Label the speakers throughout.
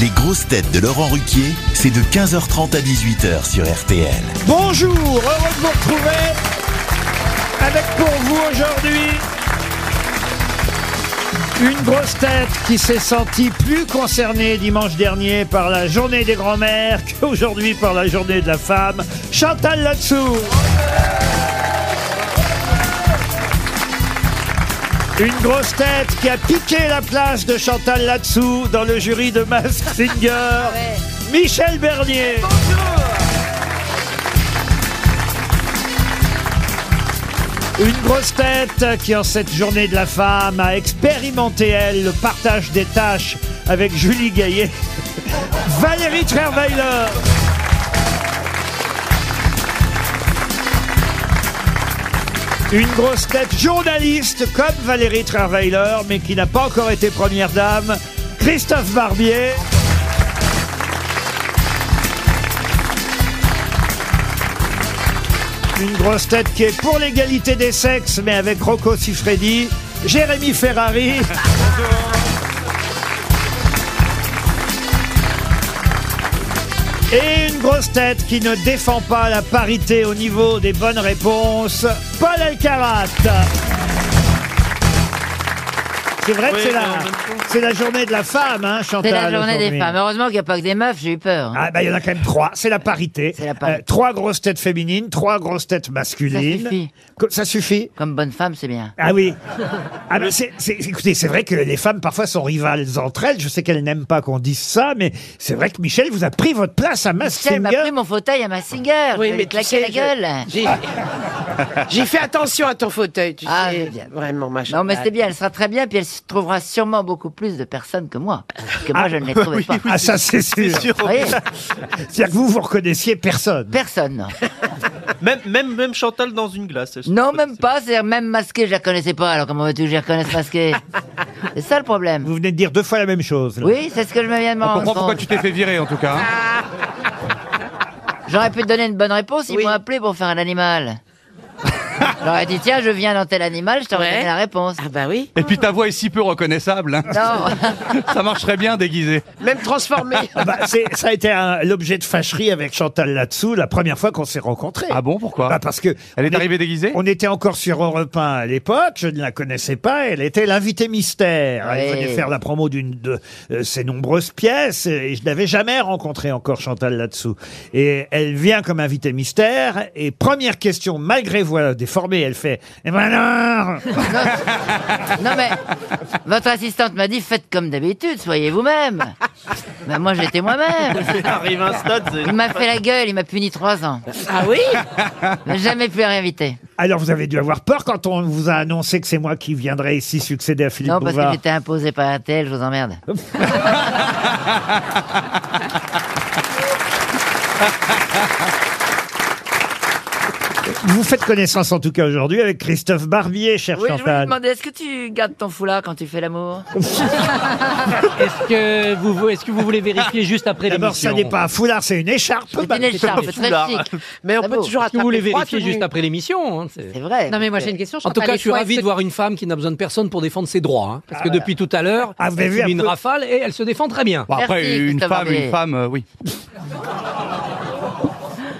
Speaker 1: Les grosses têtes de Laurent Ruquier, c'est de 15h30 à 18h sur RTL.
Speaker 2: Bonjour, heureux de vous retrouver avec pour vous aujourd'hui une grosse tête qui s'est sentie plus concernée dimanche dernier par la journée des grands-mères qu'aujourd'hui par la journée de la femme, Chantal Latsou. Une grosse tête qui a piqué la place de Chantal Latsou dans le jury de Mask Singer, Michel Bernier. Une grosse tête qui, en cette journée de la femme, a expérimenté, elle, le partage des tâches avec Julie Gaillet, Valérie Trierweiler. Une grosse tête journaliste comme Valérie Trierweiler, mais qui n'a pas encore été première dame, Christophe Barbier. Une grosse tête qui est pour l'égalité des sexes, mais avec Rocco Siffredi, Jérémy Ferrari. Et une grosse tête qui ne défend pas la parité au niveau des bonnes réponses, Paul Alcarat. C'est vrai que
Speaker 3: Oui,
Speaker 2: c'est la,
Speaker 3: mais en même
Speaker 2: c'est la journée de la femme, hein, Chantal
Speaker 4: C'est la journée des
Speaker 2: aujourd'hui.
Speaker 4: femmes. Heureusement qu'il n'y a pas que des meufs, j'ai eu peur.
Speaker 2: Ah bah il y en a quand même trois, c'est la parité. Euh, trois grosses têtes féminines, trois grosses têtes masculines.
Speaker 4: Ça suffit.
Speaker 2: Co- Ça suffit.
Speaker 4: Comme bonne femme, c'est bien.
Speaker 2: Ah oui. Ah bah, c'est- c'est- écoutez, c'est vrai que les femmes parfois sont rivales entre elles. Je sais qu'elles n'aiment pas qu'on dise ça, mais c'est vrai que Michel vous a pris votre place à
Speaker 4: Michel m'a
Speaker 2: Massinger.
Speaker 4: pris mon fauteuil à ma singer.
Speaker 3: Ah, Oui,
Speaker 4: Oui,
Speaker 3: mais
Speaker 4: mais
Speaker 3: tu
Speaker 4: claquer
Speaker 3: sais,
Speaker 4: la
Speaker 3: je-
Speaker 4: gueule.
Speaker 3: J'ai j'ai fait attention à ton fauteuil, tu
Speaker 4: Ah,
Speaker 3: sais.
Speaker 4: c'est bien.
Speaker 3: Vraiment, ma
Speaker 4: Non, mais
Speaker 3: Chantal.
Speaker 4: c'est bien, elle sera très bien, puis elle se trouvera sûrement beaucoup plus de personnes que moi. Parce que moi, je ne les trouvais pas.
Speaker 2: Ah ça c'est sûr.
Speaker 4: Vous voyez
Speaker 2: C'est-à-dire que vous vous reconnaissiez personne.
Speaker 4: Personne. non.
Speaker 5: Même, même, même Chantal dans une glace.
Speaker 4: Non, même pas. C'est-à-dire, même masquée, je la connaissais pas. Alors comment veux-tu que je la reconnaisse masquée C'est ça le problème.
Speaker 2: Vous venez de dire deux fois la même chose. là.
Speaker 4: Oui, c'est ce que je me viens de me
Speaker 6: On
Speaker 4: rendre
Speaker 6: comprend pourquoi
Speaker 4: compte.
Speaker 6: tu t'es fait virer en tout cas. hein.
Speaker 4: J'aurais pu te donner une bonne réponse, ils
Speaker 3: Oui.
Speaker 4: m'ont appelé pour faire un animal. J'aurais dit, tiens, je viens dans tel animal, je t'aurais
Speaker 3: Ouais.
Speaker 4: donné la réponse.
Speaker 3: Ah bah oui,
Speaker 6: Et puis ta voix est si peu reconnaissable. hein.
Speaker 4: Non.
Speaker 6: Ça marcherait bien déguisé.
Speaker 3: même transformé.
Speaker 2: Ah bah, c'est- ça a été un- l'objet de fâcherie avec Chantal là-dessous la première fois qu'on s'est rencontrés.
Speaker 6: Ah bon, pourquoi
Speaker 2: Bah, Parce que
Speaker 6: Elle
Speaker 2: on
Speaker 6: est arrivée déguisée
Speaker 2: On était encore sur Europe 1 à l'époque, je ne la connaissais pas, elle était l'invitée mystère. Elle
Speaker 4: Ouais.
Speaker 2: venait faire la promo d'une de euh, ses nombreuses pièces et je n'avais jamais rencontré encore Chantal là-dessous. Et elle vient comme invitée mystère et première question, malgré voix déformée, elle fait Eh ben alors
Speaker 4: Non mais votre assistante m'a dit faites comme d'habitude, soyez vous-même. Ben, moi j'étais moi-même.
Speaker 5: Arrive un stade.
Speaker 4: Il m'a fait la gueule, il m'a puni trois ans.
Speaker 3: Ah oui
Speaker 4: Il m'a Jamais plus réinvité.
Speaker 2: Alors vous avez dû avoir peur quand on vous a annoncé que c'est moi qui viendrai ici succéder à Philippe
Speaker 4: Non parce que
Speaker 2: Bouvard.
Speaker 4: j'étais imposé par un tel, je vous emmerde.
Speaker 2: Vous faites connaissance en tout cas aujourd'hui avec Christophe Barbier, cher
Speaker 4: Oui, je voulais
Speaker 2: Chantal.
Speaker 4: demander, est-ce que tu gardes ton foulard quand tu fais l'amour
Speaker 7: Est-ce que vous, est-ce que vous voulez vérifier juste après l'émission
Speaker 2: D'abord, ça n'est pas un foulard, c'est une écharpe.
Speaker 4: C'est
Speaker 2: Bah,
Speaker 4: une écharpe, très chic.
Speaker 3: Mais on
Speaker 4: Ça
Speaker 3: peut
Speaker 4: vaut.
Speaker 3: toujours
Speaker 7: Est-ce que vous
Speaker 3: attraper
Speaker 7: voulez
Speaker 3: Ah, froid,
Speaker 7: vérifier
Speaker 3: tout nu.
Speaker 7: juste après l'émission hein, c'est-
Speaker 4: C'est
Speaker 2: Eh,
Speaker 4: vrai.
Speaker 8: Non mais moi j'ai une question.
Speaker 7: En tout
Speaker 8: Chantal,
Speaker 7: cas, je
Speaker 8: les
Speaker 7: suis
Speaker 8: fois,
Speaker 7: ravi
Speaker 8: est-ce
Speaker 7: de voir une femme qui n'a besoin de personne pour défendre ses droits. hein, parce que depuis tout à l'heure,
Speaker 2: Ah, vous avez
Speaker 7: elle
Speaker 2: vu un
Speaker 7: subit une
Speaker 2: peu-
Speaker 7: rafale et elle se défend très bien.
Speaker 6: Bon, après,
Speaker 4: Merci,
Speaker 6: une
Speaker 4: Christophe
Speaker 6: femme,
Speaker 4: Barbier.
Speaker 6: une femme, euh, oui.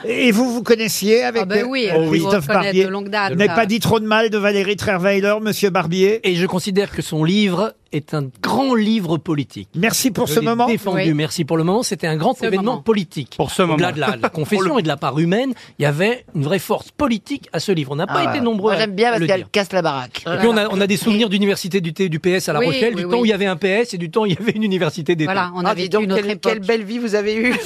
Speaker 2: Et vous vous connaissiez avec
Speaker 8: Ah ben oui,
Speaker 2: euh,
Speaker 8: vous
Speaker 2: Christophe
Speaker 8: reconnaître
Speaker 2: Barbier
Speaker 8: de longue date,
Speaker 2: Vous n'avez
Speaker 8: ça.
Speaker 2: pas dit trop de mal de Valérie Trierweiler, monsieur Barbier.
Speaker 7: Et je considère que son livre est un grand livre politique.
Speaker 2: Merci pour
Speaker 7: Je
Speaker 2: ce
Speaker 7: l'ai
Speaker 2: moment.
Speaker 7: Défendu,
Speaker 8: Oui.
Speaker 7: merci pour le moment. C'était un grand
Speaker 8: Ce
Speaker 7: événement
Speaker 8: moment.
Speaker 7: politique.
Speaker 6: Pour ce
Speaker 7: Au-delà
Speaker 6: moment.
Speaker 7: de la, la confession et de la part humaine, il y avait une vraie force politique à ce livre. On n'a pas
Speaker 4: Ah,
Speaker 7: été nombreux.
Speaker 4: Moi
Speaker 7: à
Speaker 4: j'aime bien parce
Speaker 7: le
Speaker 4: qu'elle
Speaker 7: dire.
Speaker 4: casse la baraque.
Speaker 7: Et puis on a, on a des souvenirs d'université du, T- du PS à La
Speaker 8: Oui,
Speaker 7: Rochelle,
Speaker 8: oui,
Speaker 7: du
Speaker 8: oui.
Speaker 7: temps où il y avait un PS et du temps où il y avait une université d'été.
Speaker 8: Voilà, on
Speaker 3: Ah,
Speaker 8: avait
Speaker 3: dis donc,
Speaker 8: une autre
Speaker 3: quelle,
Speaker 8: époque.
Speaker 3: quelle belle vie vous avez eue.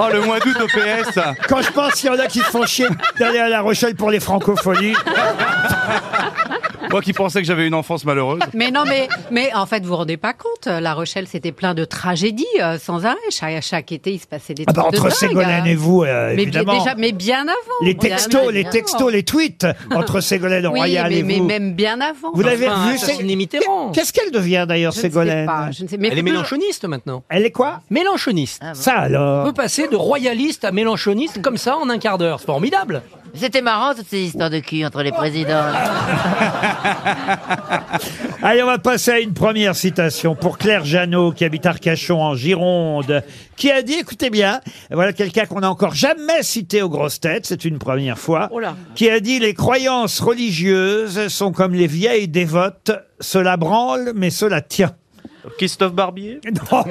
Speaker 6: Oh, le mois d'août au PS.
Speaker 2: Quand je pense qu'il y en a qui se font chier d'aller à La Rochelle pour les francophonies, Ah
Speaker 6: Moi qui pensais que j'avais une enfance malheureuse.
Speaker 8: Mais non, mais, mais en fait, vous vous rendez pas compte. La Rochelle, c'était plein de tragédies euh, sans arrêt. Chaque, chaque été, il se passait des
Speaker 2: ah bah,
Speaker 8: trucs de
Speaker 2: entre
Speaker 8: dingue. hein.
Speaker 2: Ségolène et vous, euh,
Speaker 8: Mais bien,
Speaker 2: évidemment.
Speaker 8: déjà, mais bien avant.
Speaker 2: les
Speaker 8: Bien
Speaker 2: textos, les
Speaker 8: avant.
Speaker 2: textos, les tweets entre Ségolène
Speaker 8: Oui,
Speaker 2: Royal
Speaker 8: mais,
Speaker 2: et
Speaker 8: mais
Speaker 2: vous.
Speaker 8: même bien avant.
Speaker 2: Vous l'avez
Speaker 7: Enfin,
Speaker 2: vu
Speaker 7: Assassinée Mitterrand.
Speaker 2: Qu'est-ce qu'elle devient d'ailleurs,
Speaker 8: Je ne sais
Speaker 2: Ségolène
Speaker 8: pas, je ne sais- mais
Speaker 7: Elle est
Speaker 8: faut toujours-
Speaker 7: mélanchoniste maintenant.
Speaker 2: Elle est quoi
Speaker 7: Mélanchoniste.
Speaker 4: Ah bon
Speaker 2: Ça
Speaker 7: On
Speaker 2: alors
Speaker 7: peut passer de royaliste à mélanchoniste comme ça en un quart d'heure. C'est formidable.
Speaker 4: C'était marrant toutes ces histoires de cul entre les présidents.
Speaker 2: Allez, on va passer à une première citation pour Claire Jeannot, qui habite Arcachon en Gironde, qui a dit, écoutez bien, voilà quelqu'un qu'on n'a encore jamais cité aux grosses têtes, c'est une première fois,
Speaker 3: Oh là.
Speaker 2: qui a dit, les croyances religieuses sont comme les vieilles dévotes, cela branle, mais cela tient.
Speaker 5: Christophe Barbier
Speaker 2: Non,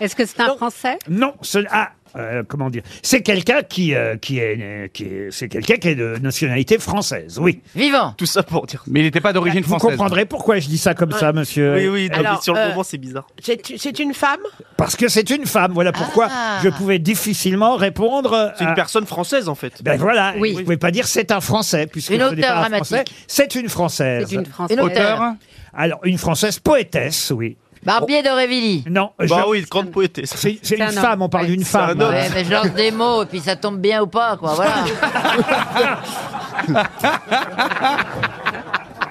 Speaker 8: Est-ce que c'est un Français
Speaker 2: non, ce- ah, euh, comment dire C'est quelqu'un qui, euh, qui est, euh, qui est- c'est quelqu'un qui est de nationalité française. Oui,
Speaker 4: Vivant
Speaker 5: Tout ça pour dire.
Speaker 6: Mais il n'était pas d'origine
Speaker 2: vous
Speaker 6: française.
Speaker 2: comprendrez pourquoi je dis ça comme ça, monsieur.
Speaker 5: Oui, oui, non, mais
Speaker 3: Alors,
Speaker 5: sur le
Speaker 3: euh,
Speaker 5: moment, c'est bizarre.
Speaker 3: C'est c'est une femme
Speaker 2: Parce que c'est une femme. Voilà pourquoi
Speaker 4: Ah.
Speaker 2: je pouvais difficilement répondre. euh,
Speaker 5: C'est une
Speaker 2: à-
Speaker 5: personne française, en fait.
Speaker 2: Ben voilà,
Speaker 8: Oui.
Speaker 2: vous ne pouvez pas dire c'est un Français, puisque
Speaker 4: Une
Speaker 2: ce n'est
Speaker 4: auteure
Speaker 2: pas un
Speaker 4: dramatique.
Speaker 2: Français. C'est une Française.
Speaker 8: C'est une Française.
Speaker 4: Une auteure.
Speaker 6: Auteur
Speaker 2: Alors, une Française poétesse, oui.
Speaker 4: Barbier d'Aurevilly.
Speaker 2: Non,
Speaker 5: Bah
Speaker 2: je-
Speaker 5: oui, grande poétesse.
Speaker 2: c'est c'est
Speaker 8: C'est
Speaker 2: une
Speaker 8: un homme.
Speaker 2: femme, on parle
Speaker 8: Ouais.
Speaker 2: d'une
Speaker 5: un
Speaker 2: femme.
Speaker 5: homme.
Speaker 4: Ouais, mais je lance des mots, et puis ça tombe bien ou pas, quoi, voilà.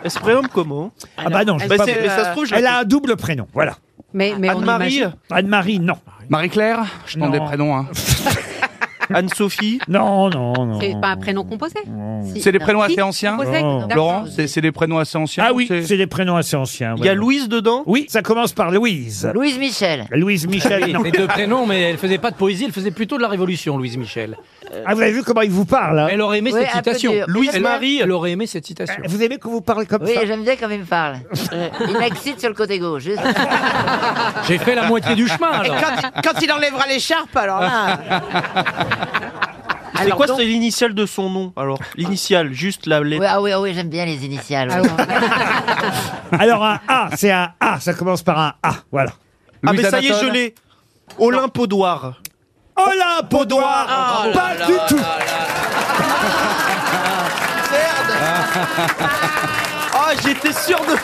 Speaker 5: Elle se prénomme comment
Speaker 2: Ah bah non, je
Speaker 5: Bah,
Speaker 2: sais pas.
Speaker 5: c'est- mais ça se trouve, je
Speaker 2: Elle a un double prénom, voilà.
Speaker 8: Mais, mais on
Speaker 5: Anne-Marie,
Speaker 8: imagine.
Speaker 2: Anne-Marie, non.
Speaker 6: Marie-Claire Je prends
Speaker 2: Non.
Speaker 6: des prénoms. hein.
Speaker 5: Anne-Sophie.
Speaker 2: Non, non, non.
Speaker 8: C'est pas un prénom composé Si.
Speaker 6: C'est des prénoms
Speaker 8: Si,
Speaker 6: assez anciens
Speaker 8: composé,
Speaker 2: Non.
Speaker 8: d'accord.
Speaker 6: Laurent, c'est c'est des prénoms assez anciens
Speaker 2: Ah
Speaker 6: ou
Speaker 2: oui,
Speaker 6: c'est-
Speaker 2: c'est des prénoms assez anciens.
Speaker 5: Il y a
Speaker 2: ouais.
Speaker 5: Louise dedans
Speaker 2: Oui, ça commence par Louise.
Speaker 4: Louise Michel.
Speaker 2: Louise Michel,
Speaker 7: Oui,
Speaker 2: non.
Speaker 7: les deux prénoms, mais elle faisait pas de poésie, elle faisait plutôt de la révolution, Louise Michel.
Speaker 2: Ah, vous avez vu comment il vous parle hein
Speaker 7: Elle aurait aimé
Speaker 4: Oui,
Speaker 7: cette
Speaker 4: un peu
Speaker 7: citation.
Speaker 4: dur.
Speaker 7: Louise
Speaker 4: Elle-
Speaker 7: Marie, elle aurait aimé cette citation.
Speaker 2: Vous aimez qu'on vous parle comme
Speaker 4: Oui,
Speaker 2: ça
Speaker 4: j'aime bien quand il me parle. Il m'excite sur le côté gauche. juste.
Speaker 7: J'ai fait la moitié du chemin, alors.
Speaker 3: quand, quand il enlèvera l'écharpe, alors là.
Speaker 5: C'est
Speaker 3: Alors
Speaker 5: quoi
Speaker 3: donc-
Speaker 5: c'est l'initiale de son nom Alors, l'initiale, juste la lettre.
Speaker 4: Oui, ah oui, ah oui, j'aime bien les initiales.
Speaker 8: Ah
Speaker 4: oui.
Speaker 8: bon.
Speaker 2: Alors, un A, c'est un A, ça commence par un A, voilà.
Speaker 5: Ah, mais
Speaker 6: Louise
Speaker 5: ça y est,
Speaker 6: Adaton
Speaker 5: je l'ai Olympodoire.
Speaker 2: Olympe au doigt, pas du tout.
Speaker 5: Ah, j'étais sûr de.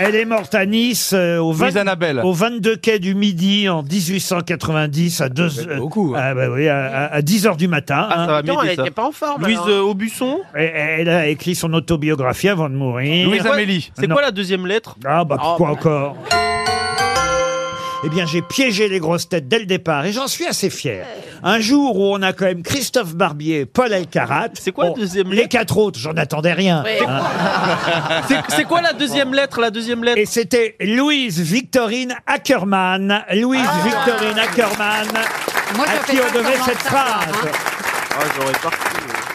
Speaker 2: Elle est morte à Nice euh, au,
Speaker 6: Louise
Speaker 2: 20
Speaker 6: Annabelle.
Speaker 2: au 22 quai du midi en 1890 à 2
Speaker 7: beaucoup, hein.
Speaker 2: ah, bah oui, à, à- à 10 heures du matin. hein.
Speaker 5: Ah, ça va
Speaker 3: Non,
Speaker 5: m'aider,
Speaker 3: elle
Speaker 5: ça.
Speaker 3: n'était pas en forme.
Speaker 5: Louise
Speaker 3: alors.
Speaker 5: euh, Aubusson
Speaker 2: Et- et elle a écrit son autobiographie avant de mourir.
Speaker 6: Louise
Speaker 5: quoi-
Speaker 6: Amélie.
Speaker 5: C'est
Speaker 2: Non.
Speaker 5: quoi la deuxième lettre
Speaker 2: Ah bah
Speaker 5: Oh.
Speaker 2: pourquoi encore eh bien, j'ai piégé les grosses têtes dès le départ et j'en suis assez fier. Un jour où on a quand même Christophe Barbier, Paul Elkarat.
Speaker 5: C'est quoi le deuxième
Speaker 2: Les
Speaker 5: lettre
Speaker 2: quatre autres, j'en attendais rien.
Speaker 3: Oui.
Speaker 2: hein.
Speaker 5: C'est c'est quoi la deuxième lettre La deuxième lettre
Speaker 2: Et c'était Louise Victorine Ackerman. Louise Victorine Ackerman,
Speaker 8: Moi,
Speaker 2: à
Speaker 8: je fais
Speaker 2: qui
Speaker 8: pas
Speaker 2: on devait
Speaker 8: semblant
Speaker 2: cette
Speaker 8: de savoir,
Speaker 2: phrase.
Speaker 8: hein.
Speaker 5: Ah, j'aurais pas.